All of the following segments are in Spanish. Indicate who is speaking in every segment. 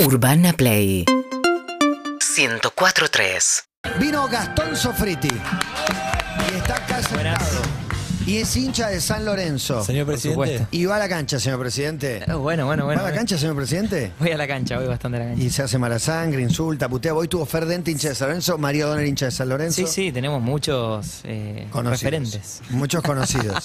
Speaker 1: Urbana Play 104.3
Speaker 2: Vino Gastón Sofriti. Y está acá sentado. Y es hincha de San Lorenzo.
Speaker 3: Señor presidente.
Speaker 4: supuesto.
Speaker 2: Y va a la cancha, señor presidente.
Speaker 4: Eh, Bueno, bueno, bueno.
Speaker 2: ¿Va a la cancha, señor presidente?
Speaker 4: Voy a la cancha, voy bastante a la cancha.
Speaker 2: Y se hace mala sangre, insulta, putea. Hoy tuvo Ferdente, hincha de San Lorenzo. María Donner, hincha de San Lorenzo.
Speaker 4: Sí, sí, tenemos muchos eh,
Speaker 2: Conocidos.
Speaker 4: referentes.
Speaker 2: Muchos conocidos.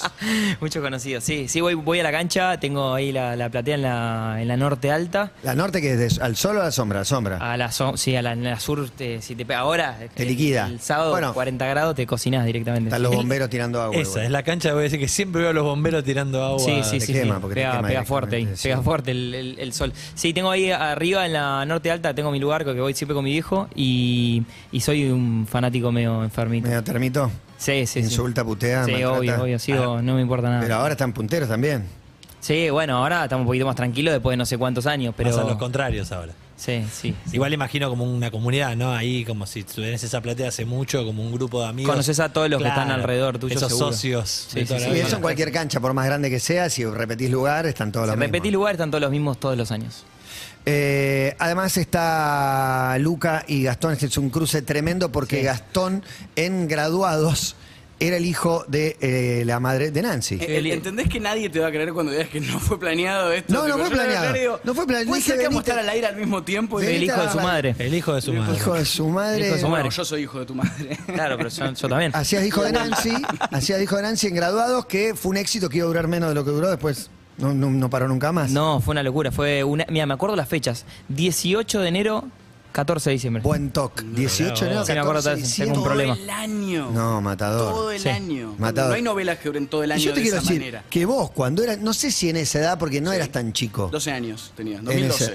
Speaker 4: muchos conocidos. Sí, sí, voy, voy a la cancha, tengo ahí la, la platea en la, en la norte alta.
Speaker 2: la norte que es de- al sol o a la sombra, a la sombra.
Speaker 4: A la, so- sí, a la, en la sur, te- si te pega ahora,
Speaker 2: Te
Speaker 4: el-
Speaker 2: liquida.
Speaker 4: El, sábado,
Speaker 2: Bueno.
Speaker 4: 40 grados, te cocinás directamente.
Speaker 2: Están los bomberos tirando agua.
Speaker 3: Esa,
Speaker 2: igual.
Speaker 4: eh.
Speaker 3: es la cancha, voy a decir que siempre veo a los bomberos tirando agua.
Speaker 4: Sí, sí,
Speaker 2: te
Speaker 4: sí.
Speaker 2: quema,
Speaker 4: sí.
Speaker 2: porque te
Speaker 4: Pega,
Speaker 2: quema
Speaker 4: pega fuerte ahí,
Speaker 2: directamente,
Speaker 4: pega
Speaker 2: sí.
Speaker 4: fuerte el, el- el sol. Sí, tengo ahí arriba en la norte alta, tengo mi lugar que voy siempre con mi viejo y, y soy un fanático medio enfermito.
Speaker 2: Medio termito.
Speaker 4: Sí, sí, sí.
Speaker 2: Insulta,
Speaker 5: Ah,
Speaker 2: putea,
Speaker 4: Sí,
Speaker 2: maltrata. Ah,
Speaker 4: obvio, obvio, Ah. sigo, no me importa nada.
Speaker 2: Pero ahora están punteros también.
Speaker 4: Sí, bueno, ahora estamos un poquito más tranquilos después de no sé cuántos años, pero...
Speaker 3: Pasan los contrarios ahora.
Speaker 4: Sí, sí.
Speaker 3: Igual imagino como una comunidad, ¿no? Ahí como si estuvieras esa platea hace mucho, como un grupo de amigos.
Speaker 4: Conoces a todos los que están alrededor tuyo,
Speaker 3: Esos
Speaker 4: seguro.
Speaker 3: socios.
Speaker 4: Sí,
Speaker 3: de
Speaker 4: sí,
Speaker 3: toda la
Speaker 4: sí.
Speaker 2: Y
Speaker 3: vida.
Speaker 2: eso en cualquier cancha, por más grande que sea, si repetís lugar, están todos los mismos.
Speaker 4: Repetí lugares, están todos los mismos todos los años.
Speaker 2: Eh, además está Luca y Gastón, este es un cruce tremendo porque
Speaker 4: Sí.
Speaker 2: Gastón en graduados era el hijo de eh, la madre de Nancy.
Speaker 4: Eh,
Speaker 5: Eh, ¿Entendés que nadie te va a creer cuando digas que no fue planeado esto?
Speaker 2: No, no
Speaker 5: Tipo,
Speaker 2: fue
Speaker 5: yo lo
Speaker 2: planeado.
Speaker 5: digo,
Speaker 2: No fue planeado.
Speaker 5: Puede
Speaker 2: Dije,
Speaker 5: ser que vamos a
Speaker 2: venite.
Speaker 5: estar al aire al mismo tiempo. y-
Speaker 2: Venite
Speaker 4: El hijo de
Speaker 2: a
Speaker 4: su
Speaker 2: la-
Speaker 4: madre.
Speaker 5: Eh.
Speaker 3: El hijo de su madre.
Speaker 2: hijo de su madre.
Speaker 4: Hijo de su madre.
Speaker 5: Bueno, yo soy hijo de tu madre.
Speaker 4: Claro, pero yo, yo también.
Speaker 2: Hacías hijo de Nancy, hacías hijo de Nancy en graduados, que fue un éxito que iba a durar menos de lo que duró después. No, no- no paró nunca más.
Speaker 4: No, fue una locura, fue una... Mira, me acuerdo las fechas. 18 de enero, 14 de diciembre.
Speaker 2: Buen toque. 18 de enero,
Speaker 4: Sí, me acuerdo,
Speaker 2: 14 de
Speaker 4: tengo un
Speaker 2: diciembre.
Speaker 5: todo
Speaker 4: problema.
Speaker 5: el año.
Speaker 2: No, matador.
Speaker 5: Todo el
Speaker 4: Sí.
Speaker 5: año.
Speaker 2: Matador.
Speaker 5: No hay novelas que duren todo el
Speaker 2: Y
Speaker 5: año
Speaker 2: yo te
Speaker 5: de
Speaker 2: quiero
Speaker 5: esa
Speaker 2: decir
Speaker 5: manera.
Speaker 2: que vos cuando eras, no sé si en esa edad, porque no eras tan chico.
Speaker 5: 12 años tenías,
Speaker 2: en esa-
Speaker 5: 2012.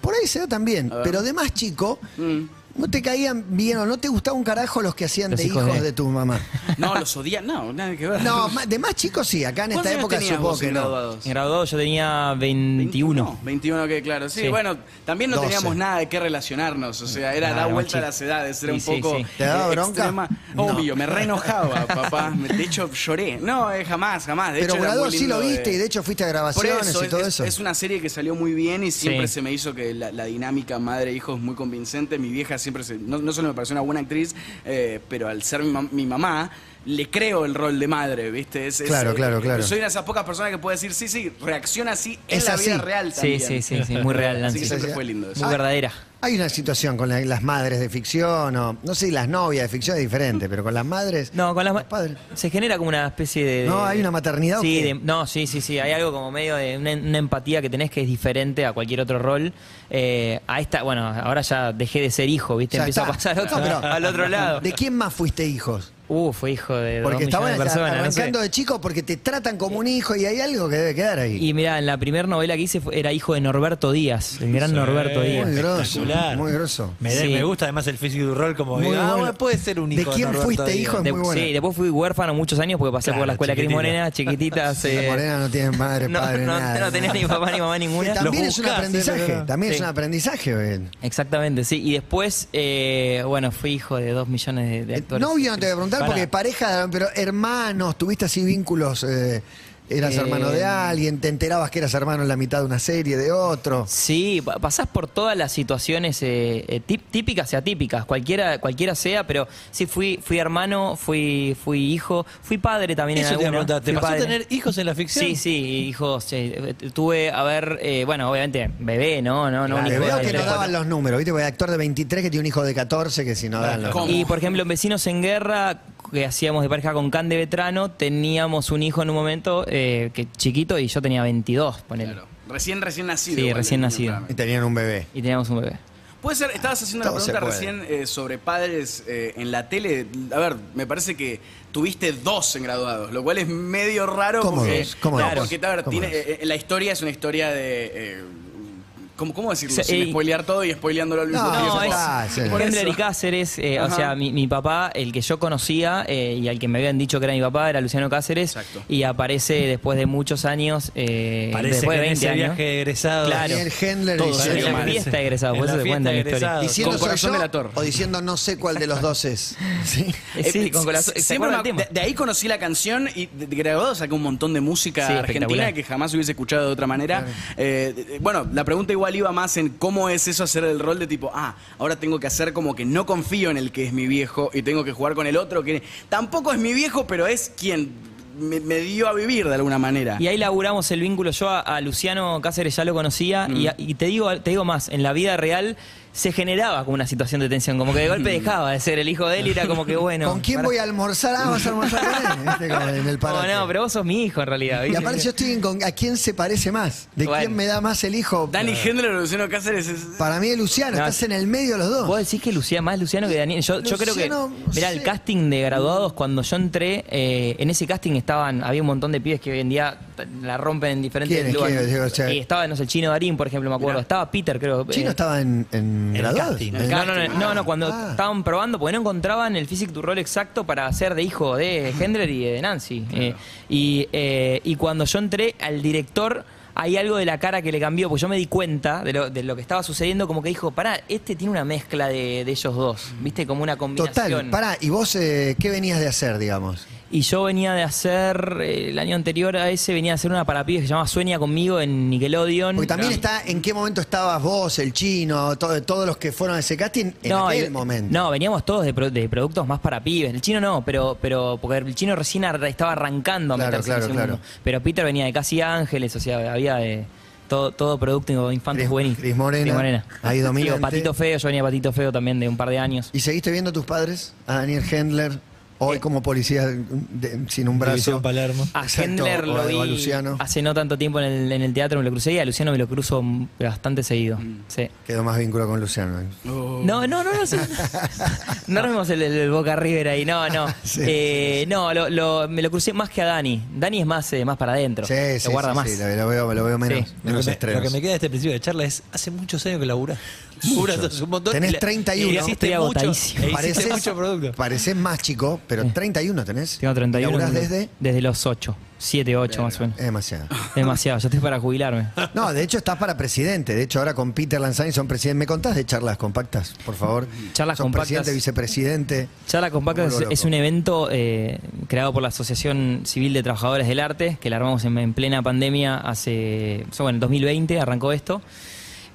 Speaker 2: Por ahí se da también,
Speaker 5: ver.
Speaker 2: pero de más chico,
Speaker 5: Mm.
Speaker 2: no te caían bien o no te gustaba un carajo los que hacían
Speaker 4: Los
Speaker 2: de hijos
Speaker 4: hijos
Speaker 2: de...
Speaker 4: de-
Speaker 2: tu mamá.
Speaker 5: No, los odias. No, nada que ver.
Speaker 2: No, ma- de más chico sí, acá en
Speaker 5: ¿Cuántos
Speaker 2: esta
Speaker 5: años
Speaker 2: época
Speaker 5: tenías
Speaker 2: supongo
Speaker 5: vos en
Speaker 2: que no.
Speaker 5: graduados?
Speaker 4: En graduado yo tenía 21.
Speaker 5: 21, que claro. Sí,
Speaker 4: Sí.
Speaker 5: bueno, también no
Speaker 2: 12.
Speaker 5: teníamos nada de qué relacionarnos. O sea, era
Speaker 4: No,
Speaker 5: la
Speaker 4: era
Speaker 5: vuelta
Speaker 4: muy
Speaker 5: a las edades. Era
Speaker 4: Ah, Sí,
Speaker 5: un
Speaker 4: sí,
Speaker 5: poco.
Speaker 4: sí.
Speaker 2: ¿Te daba
Speaker 5: eh,
Speaker 2: bronca?
Speaker 5: extrema-
Speaker 2: No.
Speaker 5: Obvio, me reenojaba, papá. Me- De hecho, lloré. No, eh, jamás, jamás. De
Speaker 2: Pero
Speaker 5: hecho, era muy
Speaker 2: graduados sí lo
Speaker 5: lindo
Speaker 2: viste y de hecho fuiste a
Speaker 5: Por
Speaker 2: grabaciones
Speaker 5: eso,
Speaker 2: y todo
Speaker 5: es,
Speaker 2: eso.
Speaker 5: es una serie que salió muy bien y siempre
Speaker 4: Sí.
Speaker 5: se me hizo que la, la dinámica madre-hijo es muy convincente. Mi vieja siempre, se- no, no solo me pareció una buena actriz, eh, pero al ser mi, mam- mi mamá, le creo el rol de madre, ¿viste? Es- es-
Speaker 2: Claro, claro, claro.
Speaker 5: Soy una de esas pocas personas que puede decir, sí, sí, reacciona así en
Speaker 2: Es
Speaker 5: la vida
Speaker 2: así.
Speaker 5: real
Speaker 4: Sí,
Speaker 5: también.
Speaker 4: sí, sí, sí, muy real,
Speaker 5: Así que
Speaker 4: Nancy.
Speaker 5: siempre fue lindo eso.
Speaker 4: Muy verdadera.
Speaker 2: Hay una situación con la- las madres de ficción, o no sé, las novias de ficción es diferente, pero con las madres.
Speaker 4: No, con las
Speaker 2: los
Speaker 4: ma-
Speaker 2: padres.
Speaker 4: Se genera como una especie de. de-
Speaker 2: No, ¿hay una maternidad o
Speaker 4: Sí,
Speaker 2: qué?
Speaker 4: de- no, sí, sí, sí. Hay algo como medio de una, una empatía que tenés que es diferente a cualquier otro rol. Eh, a esta, bueno, ahora ya dejé de ser hijo, ¿viste?
Speaker 2: Ya
Speaker 4: Empiezo
Speaker 2: está.
Speaker 4: a pasar otro-
Speaker 2: No, pero-
Speaker 4: al otro lado.
Speaker 2: ¿De quién más fuiste hijos?
Speaker 4: Uh, fue hijo de.
Speaker 2: Porque
Speaker 4: dos
Speaker 2: está bueno,
Speaker 4: millones de personas, no sé.
Speaker 2: arrancando de chico porque te tratan como un hijo y hay algo que debe quedar ahí.
Speaker 4: Y mira, en la primera novela que hice fue- era hijo de Norberto Díaz, el gran
Speaker 3: Sí.
Speaker 4: Norberto
Speaker 2: Muy
Speaker 4: Díaz.
Speaker 2: grosso,
Speaker 3: Espectacular.
Speaker 2: muy grosso.
Speaker 3: Me, da-
Speaker 4: Sí.
Speaker 3: me gusta además el físico rol como.
Speaker 2: Muy
Speaker 3: digo, ah,
Speaker 2: bueno.
Speaker 3: bueno, puede ser un
Speaker 2: ¿De
Speaker 3: hijo.
Speaker 2: quién
Speaker 3: Norberto
Speaker 2: fuiste
Speaker 3: Díaz.
Speaker 2: hijo? muy
Speaker 4: De-
Speaker 2: buena.
Speaker 4: Sí, después fui huérfano muchos años porque pasé por
Speaker 3: Claro,
Speaker 4: la escuela Cris
Speaker 3: chiquitita.
Speaker 4: Morena, chiquititas.
Speaker 2: La morena no tiene madre,
Speaker 4: Eh, no,
Speaker 2: padre,
Speaker 4: no,
Speaker 2: nada.
Speaker 4: no tenía ni papá ni mamá
Speaker 2: Que
Speaker 4: ninguna.
Speaker 2: también
Speaker 3: Los
Speaker 2: es un
Speaker 3: buscás,
Speaker 2: aprendizaje,
Speaker 3: ¿eh? Pero-
Speaker 2: también es
Speaker 4: Sí.
Speaker 2: un aprendizaje. Ben.
Speaker 4: Exactamente, sí. Y después, eh, bueno, fui hijo de dos millones de, de actores.
Speaker 2: Novio no te voy a preguntar
Speaker 4: Pará.
Speaker 2: porque pareja, pero hermanos, tuviste así vínculos, eh, eras
Speaker 4: Eh,
Speaker 2: hermano de alguien, te enterabas que eras hermano en la mitad de una serie, de otro.
Speaker 4: Sí, pa- pasás por todas las situaciones eh, eh, tip- típicas y atípicas, cualquiera, cualquiera sea, pero sí fui, fui hermano, fui, fui hijo, fui padre también
Speaker 3: Eso
Speaker 4: en
Speaker 3: te iba a
Speaker 4: alguna.
Speaker 3: preguntar, ¿Te
Speaker 4: Fui
Speaker 3: pasó a
Speaker 4: padre.
Speaker 3: tener hijos en la ficción?
Speaker 4: Sí, sí, hijos. sí. Eh, Tuve, a ver, eh, bueno, obviamente, bebé, ¿no? no, no un
Speaker 2: Te
Speaker 4: hijo
Speaker 2: Eh, veo
Speaker 4: de
Speaker 2: que no
Speaker 4: tres,
Speaker 2: daban los números, ¿viste? Porque hay actor de 23 que tiene un hijo de 14 que si no dan los
Speaker 5: ¿Cómo?
Speaker 4: Y por ejemplo, en Vecinos en Guerra, que hacíamos de pareja con Can de Vetrano, teníamos un hijo en un momento eh, que chiquito y yo tenía 22, ponele.
Speaker 5: Claro. Recién, recién nacido.
Speaker 4: Sí,
Speaker 5: igual,
Speaker 4: recién
Speaker 5: el niño,
Speaker 4: nacido.
Speaker 5: claramente.
Speaker 2: Y tenían un bebé.
Speaker 4: Y teníamos un bebé.
Speaker 5: Puede ser, estabas haciendo
Speaker 2: Todo
Speaker 5: una
Speaker 2: se
Speaker 5: pregunta
Speaker 2: puede.
Speaker 5: recién eh, sobre padres eh, en la tele. A ver, me parece que tuviste dos en graduados, lo cual es medio raro.
Speaker 2: ¿Cómo
Speaker 5: porque,
Speaker 2: dos? ¿Cómo
Speaker 5: No,
Speaker 2: dos?
Speaker 5: porque a ver,
Speaker 2: ¿Cómo
Speaker 5: tiene-
Speaker 2: dos?
Speaker 5: eh, eh, la historia es una historia de. eh, ¿Cómo, cómo decirlo?
Speaker 4: O sea,
Speaker 5: Sin
Speaker 4: eh,
Speaker 5: spoilear todo y spoileándolo al mismo
Speaker 2: No,
Speaker 5: tiempo.
Speaker 4: No, es
Speaker 2: Ah, sí.
Speaker 5: Por
Speaker 4: Henry
Speaker 5: eso.
Speaker 4: Cáceres, eh, o
Speaker 5: Ajá.
Speaker 4: sea, mi, mi papá, el que yo conocía eh, y al que me habían dicho que era mi papá, era Luciano Cáceres,
Speaker 5: Exacto.
Speaker 4: y aparece después de muchos años, eh,
Speaker 3: Parece
Speaker 4: después
Speaker 3: que
Speaker 4: de
Speaker 3: en
Speaker 4: 20
Speaker 3: ese
Speaker 4: años.
Speaker 3: viaje de egresado.
Speaker 4: Claro.
Speaker 2: Daniel Hendler
Speaker 3: Todo,
Speaker 4: en
Speaker 2: diciendo,
Speaker 4: la
Speaker 3: parece.
Speaker 4: fiesta de egresado,
Speaker 3: En
Speaker 4: por
Speaker 3: la
Speaker 4: eso te
Speaker 3: fiesta
Speaker 4: cuenta la
Speaker 3: de
Speaker 4: historia.
Speaker 3: egresado.
Speaker 2: diciendo
Speaker 5: Con
Speaker 2: soy
Speaker 5: corazón
Speaker 2: yo
Speaker 5: del actor.
Speaker 2: o diciendo no sé cuál de los dos es. ¿Sí?
Speaker 4: Eh, sí, con corazón-
Speaker 5: Eh,
Speaker 4: ¿se
Speaker 5: siempre
Speaker 4: acuerda
Speaker 5: me-
Speaker 4: el tema?
Speaker 5: de, de ahí conocí la canción y de, de grabado saqué un montón de música
Speaker 4: Sí,
Speaker 5: argentina
Speaker 4: espectacular.
Speaker 5: que jamás hubiese escuchado de otra manera. Eh, de- de- bueno, la pregunta igual iba más en cómo es eso hacer el rol de tipo, ah, ahora tengo que hacer como que no confío en el que es mi viejo y tengo que jugar con el otro que tampoco es mi viejo, pero es quien me, me dio a vivir de alguna manera.
Speaker 4: Y ahí laburamos el vínculo. Yo a, a Luciano Cáceres ya lo conocía
Speaker 2: Mm.
Speaker 4: y, a- y te digo te digo más, en la vida real se generaba como una situación de tensión, como que de golpe dejaba de ser el hijo de él y era como que bueno.
Speaker 2: Mm. ¿Con quién
Speaker 4: pará.
Speaker 2: voy a almorzar? Ah, vas a almorzar con él. ¿viste? Como en el parate.
Speaker 4: No, no, pero vos sos mi hijo en realidad.
Speaker 2: Y
Speaker 4: ¿viste?
Speaker 2: aparte yo estoy en con a quién se parece más, de
Speaker 4: Bueno.
Speaker 2: quién me da más el hijo.
Speaker 5: Dani Hendler o Luciano Cáceres es...
Speaker 2: Para mí es Luciano,
Speaker 4: No,
Speaker 2: estás en el medio de los dos.
Speaker 4: Vos decís que Luciano, más Luciano que Daniel. Yo, yo creo que.
Speaker 2: Luciano, no
Speaker 4: Mirá,
Speaker 2: sé.
Speaker 4: el casting de graduados, cuando yo entré, eh, en ese casting estaban, había un montón de pibes que hoy en día t- la rompen en diferentes
Speaker 2: ¿Quiénes?
Speaker 4: lugares.
Speaker 2: ¿Quiénes? Digo, o sea-
Speaker 4: y estaba, no sé, el chino Darín, por ejemplo, me acuerdo.
Speaker 5: Mirá.
Speaker 4: Estaba Peter, creo.
Speaker 2: Chino
Speaker 4: eh,
Speaker 2: estaba en, en
Speaker 3: el
Speaker 2: graduados.
Speaker 3: casting.
Speaker 2: En
Speaker 3: En
Speaker 2: el
Speaker 4: No, no, no, no, no, cuando
Speaker 2: Ah.
Speaker 4: estaban probando, porque no encontraban el physic to role exacto para hacer de hijo de Hendler y de Nancy. Eh, y, eh, y cuando yo entré al director, hay algo de la cara que le cambió, porque yo me di cuenta de lo, de lo que estaba sucediendo, como que dijo, pará, este tiene una mezcla de, de ellos dos, viste, como una combinación.
Speaker 2: Total, pará, ¿y vos eh, qué venías de hacer, digamos?
Speaker 4: Y yo venía de hacer, eh, el año anterior a ese, venía de hacer una para pibes que se llama Sueña conmigo en Nickelodeon.
Speaker 2: Porque también
Speaker 4: Y-
Speaker 2: está en qué momento estabas vos, el chino, to- todos los que fueron a ese casting en aquel
Speaker 4: el-
Speaker 2: momento.
Speaker 4: No, veníamos todos de, pro- de productos más para pibes. El chino no, pero, pero porque el chino recién ar- estaba arrancando a
Speaker 2: Claro,
Speaker 4: meterse
Speaker 2: claro,
Speaker 4: en ese
Speaker 2: claro.
Speaker 4: mundo. Pero Peter venía de Casi Ángeles, o sea, había de todo, todo producto infante
Speaker 2: Cris-
Speaker 4: juvenil.
Speaker 2: Cris Morena, ahí
Speaker 4: Digo,
Speaker 2: dominante.
Speaker 4: Patito Feo, yo venía de Patito Feo también de un par de años.
Speaker 2: ¿Y seguiste viendo a tus padres? A Daniel Hendler,
Speaker 4: Eh.
Speaker 2: hoy como policía de- sin un brazo.
Speaker 3: División Palermo.
Speaker 4: A
Speaker 2: Exacto,
Speaker 4: Hendler
Speaker 2: o
Speaker 4: lo
Speaker 2: a-
Speaker 4: vi
Speaker 2: o a Luciano.
Speaker 4: hace no tanto tiempo en el, en el teatro, me lo crucé y a Luciano me lo cruzo mm, bastante seguido. Sí.
Speaker 2: Quedó más vínculo con Luciano.
Speaker 5: Oh.
Speaker 4: No, no, no, no. sí. No armemos el, el Boca River ahí, no, no.
Speaker 2: Sí,
Speaker 4: Eh, No, lo, lo- me lo crucé más que a Dani. Dani es más, eh, más para adentro.
Speaker 2: Sí,
Speaker 4: se
Speaker 2: sí,
Speaker 4: guarda
Speaker 2: sí,
Speaker 4: más.
Speaker 2: sí, lo, lo veo, lo veo menos,
Speaker 4: Sí.
Speaker 3: Lo que,
Speaker 2: menos
Speaker 3: me, lo
Speaker 2: estrenos.
Speaker 3: que me queda de este principio de charla es, hace muchos años que laburás. Laburás hace un montón.
Speaker 2: Tenés
Speaker 3: Y la-
Speaker 2: 31.
Speaker 3: Y hiciste
Speaker 4: Estoy
Speaker 3: mucho, e
Speaker 4: agotadísimo.
Speaker 3: hiciste
Speaker 2: Pareces-
Speaker 3: mucho producto.
Speaker 2: Pareces más chico, pero 31 tenés.
Speaker 4: Tengo 31.
Speaker 2: ¿Laburás
Speaker 4: boludo.
Speaker 2: desde?
Speaker 4: Desde los 8, 7, 8 más o menos.
Speaker 2: Es demasiado.
Speaker 4: Demasiado, yo estoy para jubilarme.
Speaker 2: No, de hecho estás para presidente. De hecho, ahora con Peter Lanzani son presidente. ¿Me contás de charlas compactas, por favor?
Speaker 4: Charlas
Speaker 2: Son
Speaker 4: compactas.
Speaker 2: presidente, vicepresidente.
Speaker 4: Charla Compacta
Speaker 2: Me
Speaker 4: es,
Speaker 2: vuelvo
Speaker 4: es
Speaker 2: loco.
Speaker 4: un evento eh, creado por la Asociación Civil de Trabajadores del Arte, que la armamos en, en plena pandemia hace, o sea, bueno, en 2020 arrancó esto.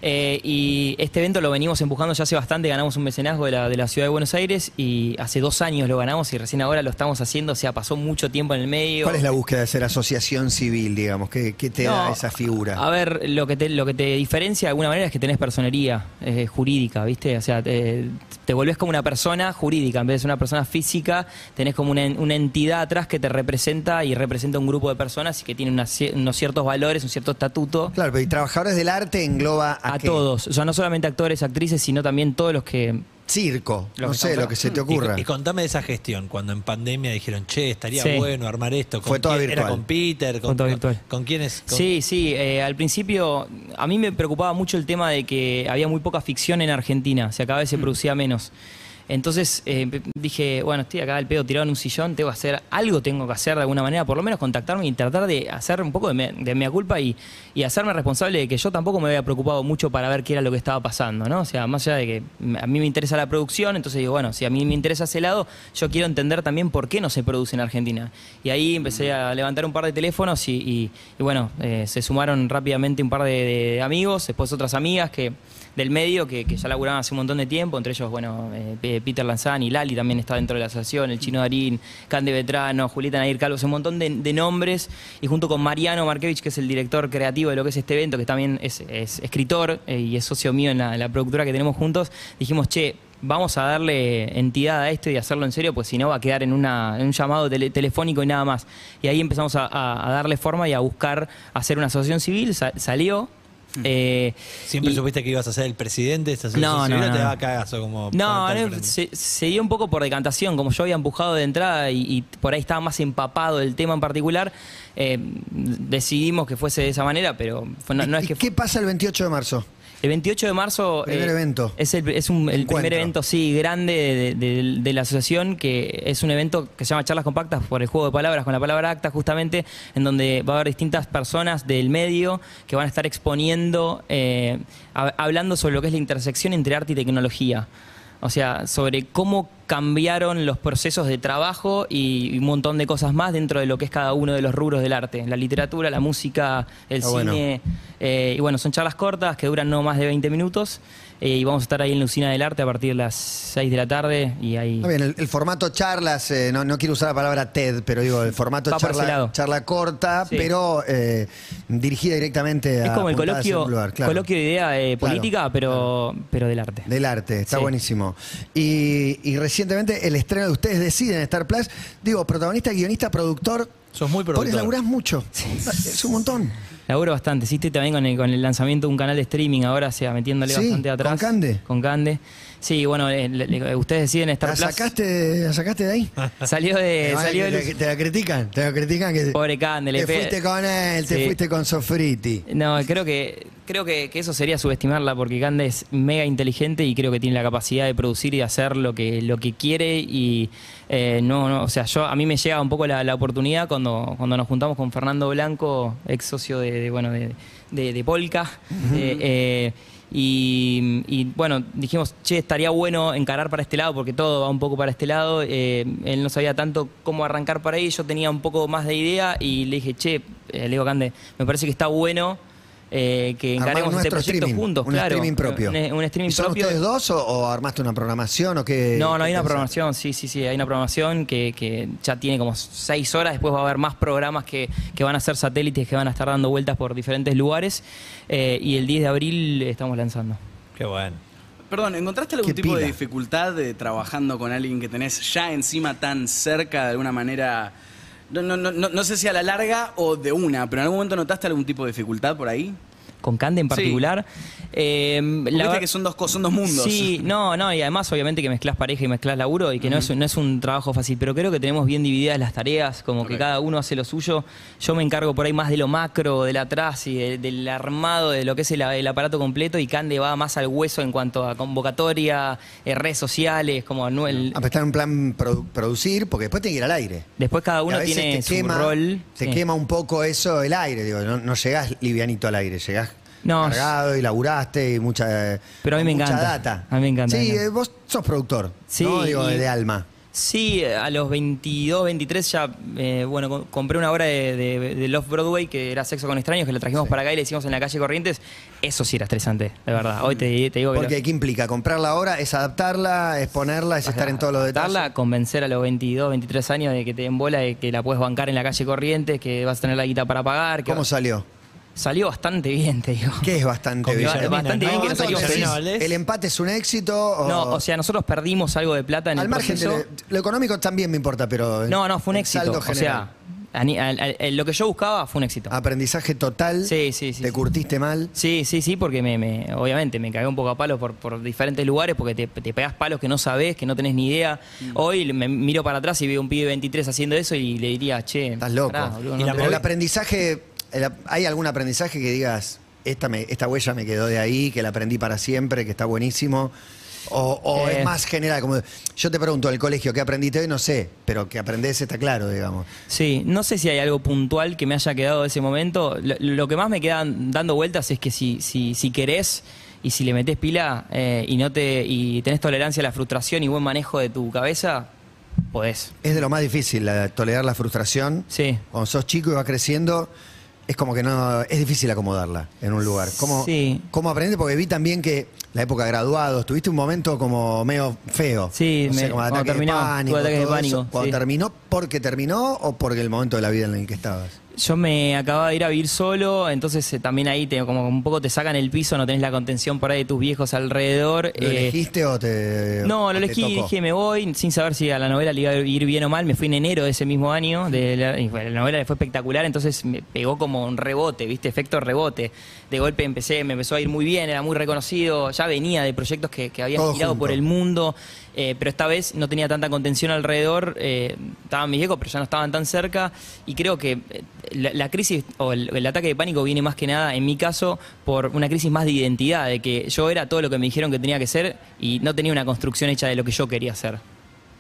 Speaker 4: Eh, y este evento lo venimos empujando ya hace bastante, ganamos un mecenazgo de la, de la Ciudad de Buenos Aires y hace dos años lo ganamos y recién ahora lo estamos haciendo, o sea, pasó mucho tiempo en el medio.
Speaker 2: ¿Cuál es la búsqueda de ser asociación civil, digamos? ¿Qué, qué te
Speaker 4: No,
Speaker 2: da esa figura?
Speaker 4: A ver, lo que te, lo que te diferencia de alguna manera es que tenés personería eh, jurídica, ¿viste? O sea, te, te volvés como una persona jurídica, en vez de ser una persona física, tenés como una, en- una entidad atrás que te representa y representa un grupo de personas y que tiene una cie- unos ciertos valores, un cierto estatuto.
Speaker 2: Claro, pero y trabajadores del arte engloba a,
Speaker 4: A
Speaker 2: qué?
Speaker 4: todos, o sea, no solamente actores, actrices, sino también todos los que
Speaker 2: Circo,
Speaker 4: Lo
Speaker 2: no
Speaker 4: que
Speaker 2: sé,
Speaker 4: estamos-
Speaker 2: lo que se te
Speaker 3: Y,
Speaker 2: ocurra.
Speaker 3: y contame de esa gestión, cuando en pandemia dijeron, che, estaría
Speaker 4: Sí.
Speaker 3: bueno armar esto. ¿Con
Speaker 2: Fue todo
Speaker 3: quién?
Speaker 2: virtual.
Speaker 3: Era con Peter,
Speaker 4: Fue
Speaker 3: con,
Speaker 4: todo
Speaker 3: con-
Speaker 4: virtual.
Speaker 3: con quiénes. con-
Speaker 4: Sí, sí. eh, al principio, a mí me preocupaba mucho el tema de que había muy poca ficción en Argentina. O sea, cada vez se producía menos. Entonces eh, pe- dije, bueno, estoy acá al pedo tirado en un sillón, tengo que hacer algo, tengo que hacer de alguna manera, por lo menos contactarme y tratar de hacer un poco de, me- de mea culpa y, y hacerme responsable de que yo tampoco me había preocupado mucho para ver qué era lo que estaba pasando, ¿no? O sea, más allá de que m- a mí me interesa la producción, entonces digo, bueno, si a mí me interesa ese lado, yo quiero entender también por qué no se produce en Argentina. Y ahí empecé a levantar un par de teléfonos y, y- y bueno, eh, se sumaron rápidamente un par de- de amigos, después otras amigas que del medio que, que ya laburaban hace un montón de tiempo, entre ellos, bueno, eh, P- Peter Lanzani, Lali también está dentro de la asociación, el Chino Darín, Cande Vetrano, Julieta Nair Calvo, o sea, un montón de, de nombres, y junto con Mariano Markevich, que es el director creativo de lo que es este evento, que también es, es escritor eh, y es socio mío en la, en la productora que tenemos juntos, dijimos, che, vamos a darle entidad a esto y hacerlo en serio, pues si no va a quedar en, una, en un llamado tele- telefónico y nada más. Y ahí empezamos a, a- a darle forma y a buscar hacer una asociación civil, sa- salió. eh,
Speaker 3: ¿Siempre
Speaker 4: y-
Speaker 3: supiste que ibas a ser el presidente de esta asociación
Speaker 4: No,
Speaker 3: civil
Speaker 4: no,
Speaker 3: o te
Speaker 4: no.
Speaker 3: daba cagazo como...
Speaker 4: No,
Speaker 3: como tal
Speaker 4: no,
Speaker 3: frente?
Speaker 4: se, se dio un poco por decantación, como yo había empujado de entrada y, y por ahí estaba más empapado el tema en particular, eh, decidimos que fuese de esa manera, pero fue- no, no es
Speaker 2: ¿Y
Speaker 4: que...
Speaker 2: ¿Qué pasa el 28 de marzo?
Speaker 4: El 28 de marzo... eh,
Speaker 2: Primer evento.
Speaker 4: Es el, es un- el primer
Speaker 2: Encuentro.
Speaker 4: evento, sí, grande de, de- de la asociación, que es un evento que se llama Charlas Compactas por el juego de palabras, con la palabra acta justamente, en donde va a haber distintas personas del medio que van a estar exponiendo, eh, hab- hablando sobre lo que es la intersección entre arte y tecnología. O sea, sobre cómo cambiaron los procesos de trabajo y un montón de cosas más dentro de lo que es cada uno de los rubros del arte. La literatura, la música, el
Speaker 2: Ah, bueno.
Speaker 4: cine. eh, y bueno, son charlas cortas que duran no más de 20 minutos. eh, y vamos a estar ahí en la usina del arte a partir de las 6 de la tarde. Y ahí.
Speaker 2: Está bien, el, el formato charlas, eh, no, no quiero usar la palabra TED, pero digo, el formato
Speaker 4: Va por ese
Speaker 2: charla,
Speaker 4: lado.
Speaker 2: charla corta,
Speaker 4: Sí.
Speaker 2: pero eh, dirigida directamente a.
Speaker 4: Es como el
Speaker 2: puntadas en
Speaker 4: coloquio,
Speaker 2: un lugar, claro.
Speaker 4: coloquio de idea eh,
Speaker 2: Claro,
Speaker 4: política, pero, pero del arte.
Speaker 2: Del arte, está
Speaker 4: Sí.
Speaker 2: buenísimo. Y, y recientemente el estreno de ustedes deciden en Star Plus. Digo, protagonista, guionista, productor.
Speaker 3: Sos muy
Speaker 2: Pones
Speaker 3: productor.
Speaker 2: laburás mucho. Es un montón.
Speaker 4: Laburo bastante, sí, estoy también con el, con el lanzamiento de un canal de streaming ahora, o sea, metiéndole
Speaker 2: Sí,
Speaker 4: bastante atrás.
Speaker 2: con Cande.
Speaker 4: Con Cande. Sí, bueno, eh, le- le- ustedes deciden estar
Speaker 2: ¿La sacaste, ¿La sacaste de ahí?
Speaker 4: Salió
Speaker 2: Te
Speaker 4: de.
Speaker 2: van a-
Speaker 4: Eh, salió de
Speaker 2: te,
Speaker 4: luz.
Speaker 2: te la critican, te la critican que
Speaker 4: Pobre Cande, le
Speaker 2: te
Speaker 4: pe-
Speaker 2: fuiste con él, te
Speaker 4: Sí.
Speaker 2: fuiste con Sofriti.
Speaker 4: No, creo que creo que, que eso sería subestimarla porque Cande es mega inteligente y creo que tiene la capacidad de producir y de hacer lo que lo que quiere y eh, no, no, o sea, yo a mí me llega un poco la, la oportunidad cuando cuando nos juntamos con Fernando Blanco, ex socio de, de, bueno de, de, de Polka. eh, eh, y, y, bueno, dijimos, che, estaría bueno encarar para este lado porque todo va un poco para este lado. eh, él no sabía tanto cómo arrancar para ahí, yo tenía un poco más de idea y le dije, che, eh, Leo Cande, me parece que está bueno eh, que
Speaker 2: Armar
Speaker 4: encaremos este
Speaker 2: nuestro
Speaker 4: proyecto
Speaker 2: streaming,
Speaker 4: juntos,
Speaker 2: un
Speaker 4: claro.
Speaker 2: streaming propio.
Speaker 4: Un, un streaming
Speaker 2: ¿Y ¿Son
Speaker 4: propio.
Speaker 2: ustedes dos o, o armaste una programación o qué?
Speaker 4: No, no
Speaker 2: qué
Speaker 4: hay una
Speaker 2: pensaste?
Speaker 4: programación, sí, sí, sí, hay una programación que, que ya tiene como seis horas, después va a haber más programas que, que van a ser satélites, que van a estar dando vueltas por diferentes lugares eh, y el 10 de abril estamos lanzando.
Speaker 3: Qué bueno.
Speaker 5: Perdón, ¿encontraste algún
Speaker 2: Qué
Speaker 5: tipo de
Speaker 2: pila.
Speaker 5: dificultad de trabajando con alguien que tenés ya encima tan cerca de alguna manera? No, no, no, no, no sé si a la larga o de una, pero en algún momento notaste algún tipo de dificultad por ahí.
Speaker 4: Con Cande en
Speaker 5: Sí.
Speaker 4: particular. eh,
Speaker 5: Porque
Speaker 4: la
Speaker 5: Viste
Speaker 4: ver-
Speaker 5: que son dos cosas, son dos mundos.
Speaker 4: Sí, no, no, y además obviamente que mezclas pareja y mezclas laburo y que no, es, un- no es un trabajo fácil, pero creo que tenemos bien divididas las tareas, como que
Speaker 5: Correcto.
Speaker 4: cada uno hace lo suyo. Yo me encargo por ahí más de lo macro, del atrás y de- del armado de lo que es el, el aparato completo y Cande va más al hueso en cuanto a convocatoria, eh, redes sociales, como no, el-
Speaker 2: Ah, pero está en plan produ- producir, porque después tiene que ir al aire.
Speaker 4: Después cada
Speaker 2: Y a
Speaker 4: uno
Speaker 2: veces
Speaker 4: tiene
Speaker 2: te
Speaker 4: su
Speaker 2: quema,
Speaker 4: rol.
Speaker 2: Te
Speaker 4: Sí.
Speaker 2: quema un poco eso el aire, digo, no, no llegás livianito al aire, llegás
Speaker 4: No,
Speaker 2: cargado y laburaste y mucha, eh,
Speaker 4: Pero a mí me
Speaker 2: mucha
Speaker 4: encanta.
Speaker 2: data.
Speaker 4: A mí me encanta,
Speaker 2: Sí,
Speaker 4: me encanta.
Speaker 2: eh, vos sos productor,
Speaker 4: Sí,
Speaker 2: ¿no? Digo,
Speaker 4: y-
Speaker 2: de alma.
Speaker 4: Sí, a los 22, 23 ya, eh, bueno, co- compré una obra de, de- de Love Broadway que era Sexo con Extraños, que la trajimos para acá y le hicimos en la calle Corrientes. Eso sí era estresante, de verdad. Hoy te, te digo que...
Speaker 2: Porque
Speaker 4: lo-
Speaker 2: ¿qué implica? Comprar la obra es adaptarla, es ponerla, es estar en todos los detalles.
Speaker 4: Darla, convencer a los 22, 23 años de que te den bola, de que la puedes bancar en la calle Corrientes, que vas a tener la guita para pagar. Que
Speaker 2: ¿Cómo salió?
Speaker 4: Salió bastante bien, te digo.
Speaker 2: ¿Qué es bastante
Speaker 3: Con
Speaker 2: bien?
Speaker 3: Villarmina,
Speaker 4: Bastante
Speaker 3: ¿no?
Speaker 4: bien que nos
Speaker 3: Con
Speaker 4: salió
Speaker 2: Entonces,
Speaker 3: Villarmina
Speaker 4: feliz.
Speaker 3: Valdés.
Speaker 2: ¿El empate es un éxito? O...
Speaker 4: No, o sea, nosotros perdimos algo de plata en
Speaker 2: Al
Speaker 4: el
Speaker 2: margen de
Speaker 4: proceso.
Speaker 2: lo, lo económico también me importa, pero.
Speaker 4: No, no, fue un
Speaker 2: el
Speaker 4: éxito.
Speaker 2: saldo
Speaker 4: O
Speaker 2: general.
Speaker 4: sea, a ni- al- al- lo que yo buscaba fue un éxito.
Speaker 2: Aprendizaje total.
Speaker 4: Sí, sí, sí,
Speaker 2: Te
Speaker 4: sí.
Speaker 2: curtiste mal.
Speaker 4: Sí, sí, sí, porque me, me- obviamente me cagué un poco a palos por, por diferentes lugares, porque te, te pegás palos que no sabés, que no tenés ni idea. Hoy me miro para atrás y veo un pibe de 23 haciendo eso y le diría, che,
Speaker 2: Estás loco.
Speaker 4: pará, boludo,
Speaker 3: Y
Speaker 4: no te-
Speaker 3: la
Speaker 2: Pero el
Speaker 3: movida-
Speaker 2: aprendizaje. el ap- ¿Hay algún aprendizaje que digas, esta, me- esta huella me quedó de ahí, que la aprendí para siempre, que está buenísimo? O, o
Speaker 4: Eh.
Speaker 2: es más general, como yo te pregunto, el colegio, ¿qué aprendiste hoy? No sé, pero que aprendés está claro, digamos.
Speaker 4: Sí, no sé si hay algo puntual que me haya quedado de ese momento. Lo, lo que más me queda dando vueltas es que si, si, si querés y si le metés pila eh, y no te y tenés tolerancia a la frustración y buen manejo de tu cabeza, podés.
Speaker 2: Es de lo más difícil, la- tolerar la frustración.
Speaker 4: Sí.
Speaker 2: Cuando sos chico y vas creciendo, es como que no. Es difícil acomodarla en un lugar. ¿Cómo,
Speaker 4: Sí.
Speaker 2: ¿Cómo aprendiste? Porque vi también que la época de graduados, tuviste un momento como medio feo.
Speaker 4: Sí,
Speaker 2: No sé,
Speaker 4: me-
Speaker 2: como
Speaker 4: cuando
Speaker 2: ataque de
Speaker 4: terminó, tuve
Speaker 2: pánico,
Speaker 4: ataques de
Speaker 2: todo eso.
Speaker 4: pánico,
Speaker 2: Cuando
Speaker 4: sí.
Speaker 2: terminó, ¿porque terminó o porque el momento de la vida en el que estabas?
Speaker 4: Yo me acababa de ir a vivir solo, entonces eh, también ahí te, como un poco te sacan el piso, no tenés la contención por ahí de tus viejos alrededor.
Speaker 2: ¿Lo
Speaker 4: eh,
Speaker 2: elegiste o te.?
Speaker 4: no,
Speaker 2: o
Speaker 4: lo
Speaker 2: te
Speaker 4: elegí,
Speaker 2: tocó?
Speaker 4: dije me voy, sin saber si a la novela le iba a ir bien o mal, me fui en enero de ese mismo año, de la, y bueno, la novela le fue espectacular, entonces me pegó como un rebote, viste, efecto rebote. De golpe empecé, me empezó a ir muy bien, era muy reconocido, ya venía de proyectos que, que había
Speaker 2: Todo
Speaker 4: girado por
Speaker 2: junto.
Speaker 4: el mundo, eh, pero esta vez no tenía tanta contención alrededor, eh, estaban mis viejos, pero ya no estaban tan cerca, y creo que eh, la, la crisis o el, el ataque de pánico viene más que nada, en mi caso, por una crisis más de identidad, de que yo era todo lo que me dijeron que tenía que ser y no tenía una construcción hecha de lo que yo quería ser.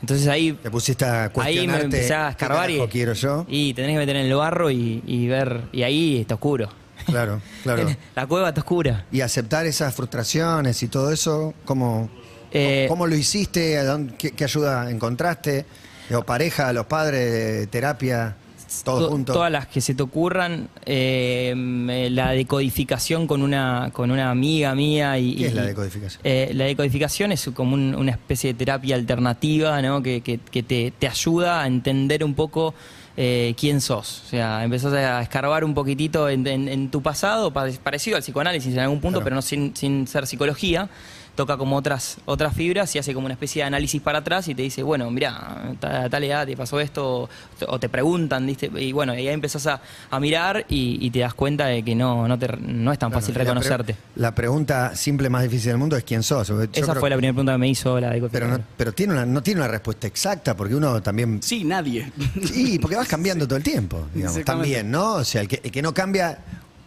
Speaker 4: Entonces ahí,
Speaker 2: Te pusiste a
Speaker 4: ahí
Speaker 2: cuestionarte.
Speaker 4: me empecé a
Speaker 2: ¿qué
Speaker 4: escarbar y,
Speaker 2: carajo quiero yo?
Speaker 4: y te tenés que meter en el barro y, y ver, y ahí está oscuro.
Speaker 2: Claro, claro.
Speaker 4: La cueva está oscura.
Speaker 2: Y aceptar esas frustraciones y todo eso, ¿cómo,
Speaker 4: Eh,
Speaker 2: ¿Cómo lo hiciste? ¿A dónde- ¿Qué, qué ayuda encontraste? Digo, pareja, los padres, terapia, todos
Speaker 4: to-
Speaker 2: juntos.
Speaker 4: Todas las que se te ocurran. eh, eh, la decodificación con una, con una amiga mía. Y,
Speaker 2: ¿Qué es
Speaker 4: y-
Speaker 2: la decodificación?
Speaker 4: eh, la decodificación es como un- una especie de terapia alternativa ¿no? que, que- que te, te ayuda a entender un poco eh, quién sos. O sea, empezás a escarbar un poquitito en, en- en tu pasado, pa- parecido al psicoanálisis en algún punto,
Speaker 2: Claro.
Speaker 4: pero no sin, sin ser psicología. Toca como otras, otras fibras y hace como una especie de análisis para atrás y te dice, bueno, mira, a tal edad ah, te pasó esto, o te preguntan, ¿viste? y bueno, y ahí empezás a, a mirar y, y te das cuenta de que no, no, te- no es tan fácil
Speaker 2: Claro, la pre-
Speaker 4: reconocerte.
Speaker 2: La, pregunta simple más difícil del mundo es quién sos. Yo
Speaker 4: Esa
Speaker 2: creo-
Speaker 4: fue la primera pregunta que me hizo la de
Speaker 2: Pero, no, pero tiene una, no tiene una respuesta exacta, porque uno también
Speaker 5: Sí, nadie.
Speaker 2: Sí, porque vas cambiando todo el tiempo, digamos,
Speaker 5: Exactamente.
Speaker 2: también, ¿no? O sea, el que, el que no cambia,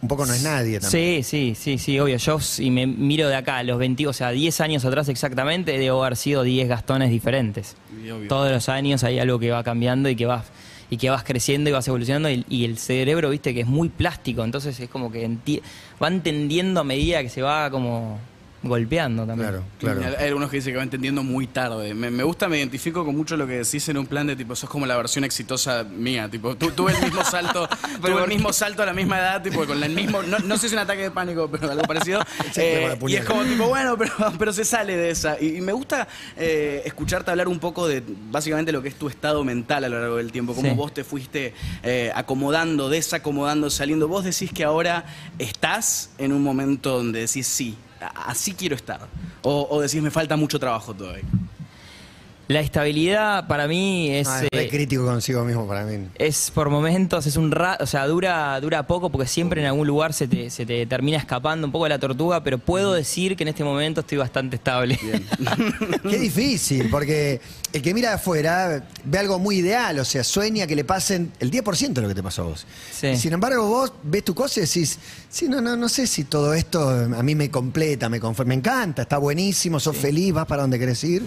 Speaker 2: un poco no es nadie también.
Speaker 4: Sí, sí, sí, sí, obvio. Yo si me miro de acá, a los 20, o sea, 10 años atrás exactamente, debo haber sido 10 gastones diferentes.
Speaker 5: Y obvio.
Speaker 4: Todos los años hay algo que va cambiando y que vas y que vas creciendo y vas evolucionando y, y el cerebro, viste, que es muy plástico, entonces es como que enti- va entendiendo a medida que se va como golpeando también.
Speaker 2: Claro, claro.
Speaker 5: Y Hay algunos que dicen que va entendiendo muy tarde. Me, me gusta, me identifico con mucho lo que decís en un plan de tipo, sos como la versión exitosa mía. Tipo, tú, tuve el mismo salto, tuve el mismo salto a la misma edad, tipo, con el mismo. No, no sé si un ataque de pánico, pero algo parecido.
Speaker 2: Sí,
Speaker 5: Eh,
Speaker 2: con la
Speaker 5: y
Speaker 2: puñalada.
Speaker 5: es como tipo, bueno, pero, pero se sale de esa. Y, y me gusta eh, escucharte hablar un poco de básicamente lo que es tu estado mental a lo largo del tiempo. Cómo
Speaker 4: Sí.
Speaker 5: vos te fuiste eh, acomodando, desacomodando, saliendo. Vos decís que ahora estás en un momento donde decís sí. a- Así quiero estar. O, o decís, me falta mucho trabajo todavía.
Speaker 4: La estabilidad para mí es...
Speaker 2: Ah, es re
Speaker 4: eh,
Speaker 2: crítico consigo mismo para mí.
Speaker 4: Es por momentos, es un rato, o sea, dura, dura poco porque siempre en algún lugar se te, se te termina escapando un poco de la tortuga, pero puedo decir que en este momento estoy bastante estable.
Speaker 2: Qué difícil, porque el que mira de afuera ve algo muy ideal, o sea, sueña que le pasen el 10% de lo que te pasó a vos.
Speaker 4: Sí.
Speaker 2: Y Sin embargo, vos ves tu cosa y decís, sí, no, no, no sé si todo esto a mí me completa, me conforma, me encanta, está buenísimo, sos feliz, vas para donde querés ir.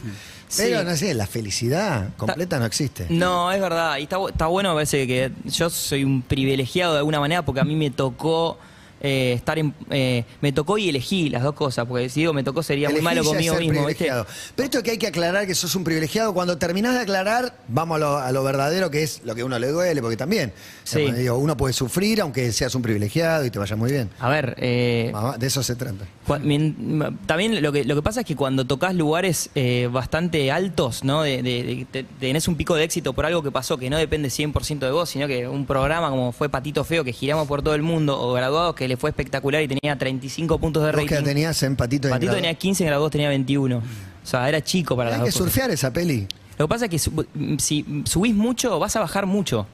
Speaker 2: Pero
Speaker 4: Mm. Sí.
Speaker 2: no sé, la felicidad completa no existe.
Speaker 4: No, es verdad. Y está, bu- está bueno, me parece que yo soy un privilegiado de alguna manera porque a mí me tocó eh, estar en. eh, me tocó y elegí las dos cosas, porque si digo me tocó sería muy
Speaker 2: Elegí
Speaker 4: malo
Speaker 2: ya
Speaker 4: conmigo
Speaker 2: ser
Speaker 4: mismo. ¿viste?
Speaker 2: privilegiado. Pero esto que hay que aclarar que sos un privilegiado, cuando terminás de aclarar, vamos a lo, a lo verdadero que es lo que a uno le duele, porque también
Speaker 4: Sí.
Speaker 2: digamos, digo, uno puede sufrir aunque seas un privilegiado y te vaya muy bien.
Speaker 4: A ver, eh,
Speaker 2: Mamá, De eso se trata.
Speaker 4: Cua- mien- ma- También lo que, lo que pasa es que cuando tocas lugares eh, bastante altos, ¿no? De, de- de- te- tenés un pico de éxito por algo que pasó que no depende 100% de vos, sino que un programa como fue Patito Feo, que giramos por todo el mundo, o Graduados, que le fue espectacular y tenía 35 puntos de
Speaker 2: Vos
Speaker 4: rating.
Speaker 2: que la tenías en patito de
Speaker 4: Patito
Speaker 2: Engrado.
Speaker 4: tenía 15, Graduados tenía 21. O sea, era chico para las
Speaker 2: Hay que
Speaker 4: dos cosas.
Speaker 2: surfear esa peli.
Speaker 4: Lo que pasa es que sub- mm, si mm, subís mucho, vas a bajar mucho.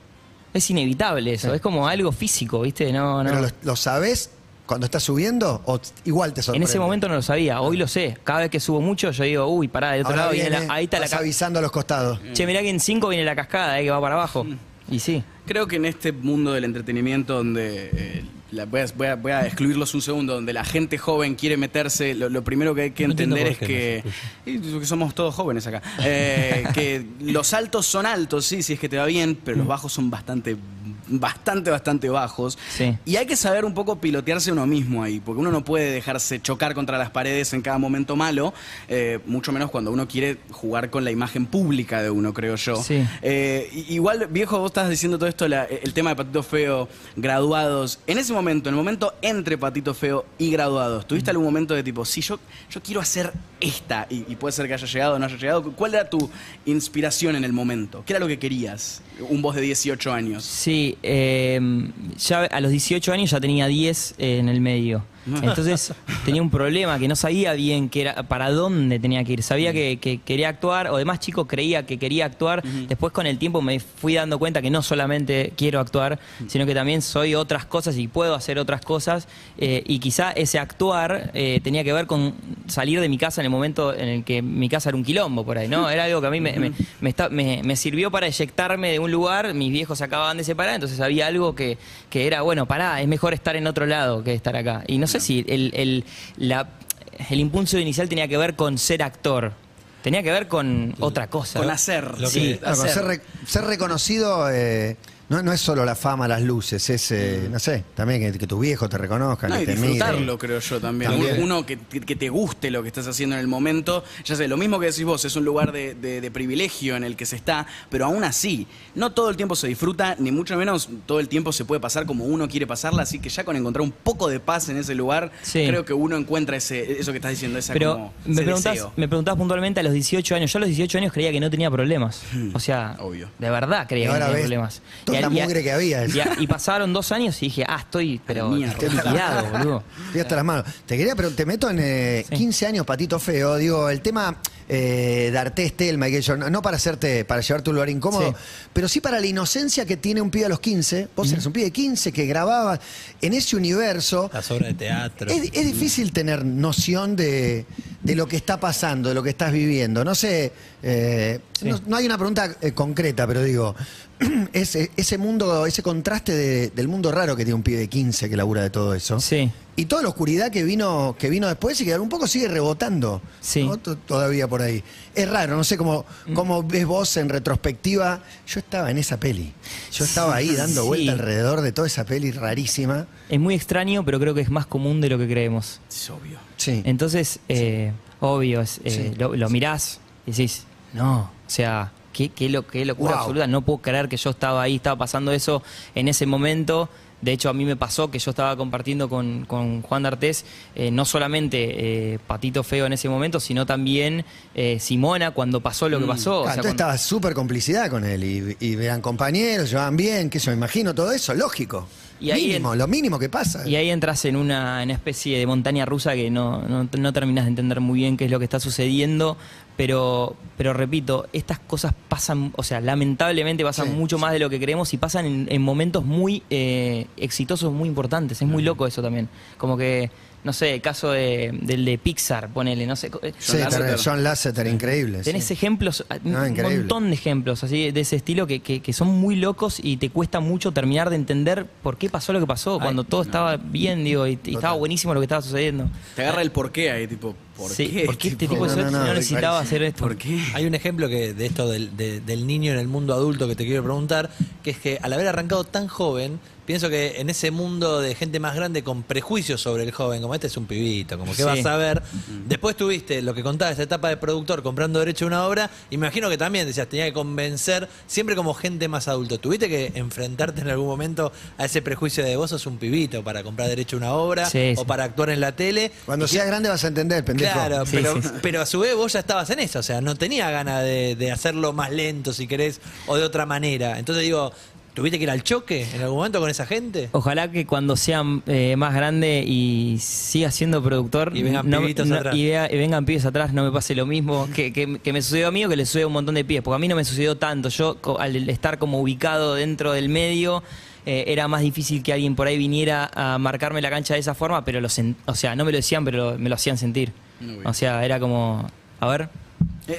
Speaker 4: Es inevitable eso, es como algo físico, ¿viste? No, no.
Speaker 2: Pero lo, lo sabés cuando estás subiendo o t- igual te
Speaker 4: En
Speaker 2: sorprende.
Speaker 4: ese momento no lo sabía, hoy lo sé. Cada vez que subo mucho, yo digo, uy, pará, del otro
Speaker 2: Ahora
Speaker 4: lado viene,
Speaker 2: viene,
Speaker 4: la, ahí está la
Speaker 2: vas
Speaker 4: cascada.
Speaker 2: avisando a los costados.
Speaker 4: Che, mirá que en 5 viene la cascada, eh, que va para abajo. Y sí.
Speaker 5: Creo que en este mundo del entretenimiento donde... eh, la- voy, a, voy a- voy a excluirlos un segundo, donde la gente joven quiere meterse, lo, lo primero que hay que
Speaker 3: No entiendo
Speaker 5: entender es
Speaker 3: por qué
Speaker 5: que, y que somos todos jóvenes acá, Eh, que los altos son altos, sí, si es que te va bien, pero los bajos son bastante, bastante, bastante bajos.
Speaker 4: Sí.
Speaker 5: Y hay que saber un poco pilotearse uno mismo ahí, porque uno no puede dejarse chocar contra las paredes en cada momento malo, eh, mucho menos cuando uno quiere jugar con la imagen pública de uno, creo yo.
Speaker 4: Sí.
Speaker 5: Eh, i- igual, viejo, vos estás diciendo todo esto, la- el tema de Patito Feo, graduados. En ese momento, en el momento entre Patito Feo y graduados, ¿tuviste algún momento de tipo, sí, yo, yo quiero hacer esta? Y, y puede ser que haya llegado o no haya llegado. ¿Cuál era tu inspiración en el momento? ¿Qué era lo que querías? Un vos de 18 años.
Speaker 4: Sí, eh, ya a los 18 años ya tenía 10 en el medio. Entonces tenía un problema que no sabía bien qué era, para dónde tenía que ir. Sabía que, que quería actuar, o demás chico creía que quería actuar. Después con el tiempo me fui dando cuenta que no solamente quiero actuar, sino que también soy otras cosas y puedo hacer otras cosas. Eh, y quizá ese actuar eh, tenía que ver con salir de mi casa en el momento en el que mi casa era un quilombo por ahí, ¿no? Era algo que a mí me, me- me está- me- me sirvió para eyectarme de un lugar, mis viejos se acababan de separar, entonces había algo que, que era, bueno, pará, es mejor estar en otro lado que estar acá. Y no sé si el, el- la- el impulso inicial tenía que ver con ser actor, tenía que ver con otra cosa.
Speaker 5: Con hacer.
Speaker 3: Lo que-
Speaker 5: sí,
Speaker 2: Claro,
Speaker 5: hacer.
Speaker 2: ser, re- ser reconocido eh, No, no es solo la fama, las luces, es, eh, no sé, también que, que tus viejos te reconozcan.
Speaker 5: No,
Speaker 2: que
Speaker 5: y
Speaker 2: te miren.
Speaker 5: disfrutarlo, creo yo también.
Speaker 2: También.
Speaker 5: Un- Uno que, te- que te guste lo que estás haciendo en el momento. Ya sé, lo mismo que decís vos, es un lugar de, de- de privilegio en el que se está, pero aún así, no todo el tiempo se disfruta, ni mucho menos todo el tiempo se puede pasar como uno quiere pasarla. Así que ya con encontrar un poco de paz en ese lugar,
Speaker 4: Sí.
Speaker 5: creo que uno encuentra ese, eso que estás diciendo, esa
Speaker 4: Pero
Speaker 5: como,
Speaker 4: me
Speaker 5: ese
Speaker 4: preguntás,
Speaker 5: deseo.
Speaker 4: me preguntás puntualmente a los 18 años. Yo a los 18 años creía que no tenía problemas. O sea,
Speaker 5: Hmm, obvio.
Speaker 4: de verdad
Speaker 2: Y
Speaker 4: creía que no
Speaker 2: ahora
Speaker 4: tenía
Speaker 2: ves
Speaker 4: problemas.
Speaker 2: toda la
Speaker 4: al- a-
Speaker 2: mugre que había.
Speaker 4: Y, a- y pasaron dos años y dije, ah, estoy, pero
Speaker 5: mierda.
Speaker 4: estoy liquidado, boludo.
Speaker 2: Y hasta las manos. Te quería, pero te meto en eh,
Speaker 4: Sí.
Speaker 2: 15 años, patito feo. Digo, el tema eh, de Artés, Telma y que yo, no, no para hacerte, para llevarte a un lugar incómodo,
Speaker 4: Sí.
Speaker 2: pero sí para la inocencia que tiene un pibe a los 15. Vos eres un pibe de 15 que grababa en ese universo.
Speaker 3: Las obras de teatro.
Speaker 2: Es, es difícil tener noción de, de lo que está pasando, de lo que estás viviendo. No sé, eh, no, no hay una pregunta eh, concreta, pero digo, ese, ese mundo, ese contraste de- del mundo raro que tiene un pibe de 15 que labura de todo eso.
Speaker 4: Sí.
Speaker 2: Y toda la oscuridad que vino, que vino después y que un poco sigue rebotando.
Speaker 4: Sí. Mm.
Speaker 2: ¿no? To- Todavía por ahí. Es raro, no sé cómo, cómo ves vos en retrospectiva. Yo estaba en esa peli. Yo estaba ahí dando
Speaker 4: Sí.
Speaker 2: vuelta alrededor de toda esa peli rarísima.
Speaker 4: Es muy extraño, pero creo que es más común de lo que creemos.
Speaker 5: Es obvio.
Speaker 2: Sí.
Speaker 4: Entonces, eh, obvio, es, eh,
Speaker 2: Sí.
Speaker 4: lo, lo mirás y decís, no, o sea, qué, qué, lo, qué locura
Speaker 2: Wow.
Speaker 4: absoluta, no puedo creer que yo estaba ahí, estaba pasando eso en ese momento. De hecho, a mí me pasó que yo estaba compartiendo con, con Juan D'Artés, eh, no solamente eh, Patito Feo en ese momento, sino también eh, Simona cuando pasó lo que pasó. o
Speaker 2: Mm. Claro,
Speaker 4: sea,
Speaker 2: entonces
Speaker 4: cuando-
Speaker 2: estaba súper complicidad con él y, y eran compañeros, llevaban bien, que yo me imagino todo eso, lógico.
Speaker 4: Y ahí
Speaker 2: mínimo,
Speaker 4: en-
Speaker 2: lo mínimo que pasa.
Speaker 4: Y ahí entras en una, en una especie de montaña rusa que no, no, no terminas de entender muy bien qué es lo que está sucediendo, pero, pero repito, estas cosas pasan, o sea, lamentablemente pasan
Speaker 2: Sí,
Speaker 4: mucho más de lo que creemos y pasan en, en momentos muy eh, exitosos, muy importantes. Es muy loco eso también. Como que, no sé, el caso de- del de Pixar, ponele, no sé. co- eh,
Speaker 2: sí,
Speaker 5: John
Speaker 2: terrible.
Speaker 5: Lasseter.
Speaker 2: John Lasseter, increíble. sí.
Speaker 4: Tenés ejemplos, a-
Speaker 2: No,
Speaker 4: un
Speaker 2: increíble.
Speaker 4: montón de ejemplos así de ese estilo que, que- que son muy locos y te cuesta mucho terminar de entender por qué pasó lo que pasó, cuando todo estaba bien, digo, y, y estaba buenísimo lo que estaba sucediendo.
Speaker 5: Te agarra el porqué ahí, tipo, ¿por
Speaker 4: Sí,
Speaker 5: qué?
Speaker 4: ¿Por qué este
Speaker 5: Tipo,
Speaker 4: tipo de
Speaker 2: no,
Speaker 4: suerte
Speaker 2: no,
Speaker 4: no,
Speaker 2: no,
Speaker 4: necesitaba hacer esto?
Speaker 5: ¿Por qué?
Speaker 3: Hay un ejemplo que de esto del, de- del niño en el mundo adulto que te quiero preguntar, que es que al haber arrancado tan joven, pienso que en ese mundo de gente más grande con prejuicios sobre el joven, como este es un pibito, como que
Speaker 4: Sí. Mm.
Speaker 3: vas a ver, después tuviste lo que contaba esa etapa de productor comprando derecho a una obra, y me imagino que también decías, tenía que convencer siempre como gente más adulto, tuviste que enfrentarte en algún momento a ese prejuicio de vos sos un pibito para comprar derecho a una obra
Speaker 4: Sí,
Speaker 3: o
Speaker 4: sí.
Speaker 3: para actuar en la tele.
Speaker 2: Cuando
Speaker 3: Y
Speaker 2: seas grande vas a entender, pendejo.
Speaker 3: Claro,
Speaker 4: Sí,
Speaker 3: pero,
Speaker 4: sí, sí.
Speaker 3: pero a su vez vos ya estabas en eso, o sea, no tenía ganas de, de hacerlo más lento, si querés, o de otra manera. Entonces digo, ¿tuviste que ir al choque en algún momento con esa gente?
Speaker 4: Ojalá que cuando sea eh, más grande y siga siendo productor
Speaker 3: Y vengan
Speaker 4: no-
Speaker 3: pibitos
Speaker 4: no-
Speaker 3: atrás.
Speaker 4: y vea- y vengan pibes atrás, no me pase lo mismo que, que- que me sucedió a mí o que le sucedió a un montón de pibes, porque a mí no me sucedió tanto. Yo co- al estar como ubicado dentro del medio eh, era más difícil que alguien por ahí viniera a marcarme la cancha de esa forma, pero lo sen- o sea, no me lo decían, pero lo- me lo hacían sentir.
Speaker 5: Muy bien.
Speaker 4: O sea, era como, a ver,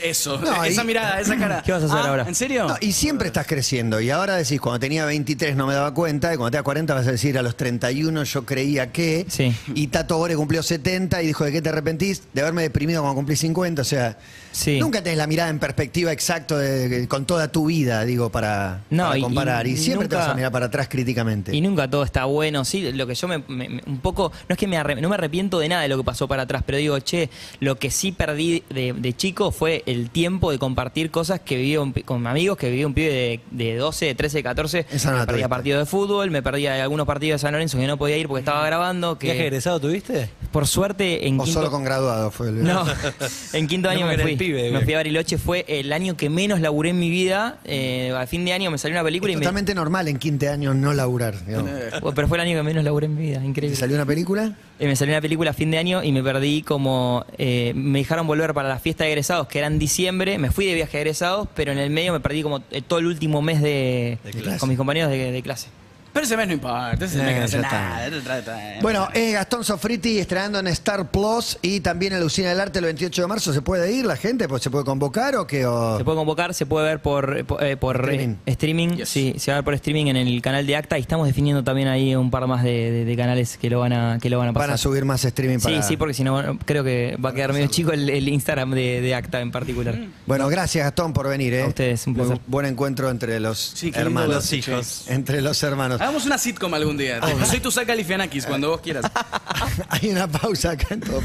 Speaker 5: Eso,
Speaker 2: No, ahí-
Speaker 5: esa mirada, esa cara.
Speaker 4: ¿Qué vas a hacer
Speaker 5: Ah,
Speaker 4: ahora?
Speaker 5: ¿En serio?
Speaker 2: No, y siempre estás creciendo. Y ahora decís, cuando tenía 23 no me daba cuenta, y cuando tenía 40 vas a decir, a los 31 yo creía que.
Speaker 4: Sí.
Speaker 2: Y Tato Bore cumplió 70 y dijo, ¿de qué te arrepentís? De haberme deprimido cuando cumplí 50. O sea,
Speaker 4: Sí.
Speaker 2: nunca tenés la mirada en perspectiva exacto de- de- con toda tu vida, digo, para,
Speaker 4: No,
Speaker 2: para
Speaker 4: y-
Speaker 2: comparar. Y,
Speaker 4: y
Speaker 2: siempre te
Speaker 4: nunca-
Speaker 2: vas a mirar para atrás críticamente.
Speaker 4: Y nunca todo está bueno, sí, lo que yo me, me- me- un poco, no es que me arre- no me arrepiento de nada de lo que pasó para atrás, pero digo, che, lo que sí perdí de, de chico fue el tiempo de compartir cosas que viví un pi- con amigos, que viví un pibe de, de 12, de 13, de 14,
Speaker 2: Esa no
Speaker 4: me
Speaker 2: la
Speaker 4: perdía
Speaker 2: tuviste.
Speaker 4: partidos de fútbol, me perdía algunos partidos de San Lorenzo que no podía ir porque estaba grabando,
Speaker 3: ¿Viaje
Speaker 4: que
Speaker 3: egresado tuviste?
Speaker 4: por suerte en
Speaker 2: o
Speaker 4: quinto-
Speaker 2: solo con graduado fue el...
Speaker 4: no, en quinto año
Speaker 3: No,
Speaker 4: me
Speaker 3: porque era
Speaker 4: fui.
Speaker 3: el pibe,
Speaker 4: me
Speaker 3: bien.
Speaker 4: fui a Bariloche, fue el año que menos laburé en mi vida. eh, a fin de año me salió una película
Speaker 2: Es
Speaker 4: y me,
Speaker 2: totalmente normal en 15 años no laburar. digamos.
Speaker 4: Pero fue el año que menos laburé en mi vida,
Speaker 2: ¿Te
Speaker 4: increíble.
Speaker 2: salió una película?
Speaker 4: Eh, me salió una película a fin de año y me perdí como... eh, me dejaron volver para la fiesta de egresados, que era en diciembre. Me fui de viaje a egresados, pero en el medio me perdí como eh, todo el último mes de,
Speaker 3: De clase.
Speaker 4: con mis compañeros de, de clase.
Speaker 5: Pero ese mes no importa, ese mes
Speaker 2: Eh,
Speaker 5: que no hace
Speaker 2: ya está.
Speaker 5: nada. tra- tra- tra-
Speaker 2: Bueno, es Gastón Sofriti estrenando en Star Plus y también en la Usina del Arte el 28 de marzo. ¿Se puede ir la gente? Pues, ¿Se puede convocar o qué? O-
Speaker 4: Se puede convocar, se puede ver por, por, eh, por, eh,
Speaker 2: Ah. Streaming.
Speaker 4: streaming.
Speaker 5: Yes.
Speaker 4: Sí, se va a ver por streaming en el canal de Acta y estamos definiendo también ahí un par más de, de- de canales que lo van a, que lo van a pasar.
Speaker 2: Van a subir más streaming para...
Speaker 4: Sí, sí, porque si no, bueno, creo que va a quedar medio chico el, el Instagram de, de Acta en particular.
Speaker 2: Bueno, gracias Gastón por venir. ¿eh?
Speaker 4: A ustedes, un
Speaker 2: Muy
Speaker 4: placer.
Speaker 2: buen encuentro entre los
Speaker 5: Sí, qué lindo
Speaker 2: hermanos.
Speaker 3: Los hijos.
Speaker 2: Entre los hermanos.
Speaker 4: Ah.
Speaker 5: Hagamos una sitcom algún día. Soy tu saca Lifianakis cuando vos quieras.
Speaker 2: Hay una pausa acá en todo.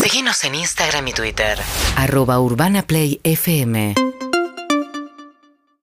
Speaker 1: Síguenos en Instagram y Twitter.
Speaker 6: arroba urbanaplayfm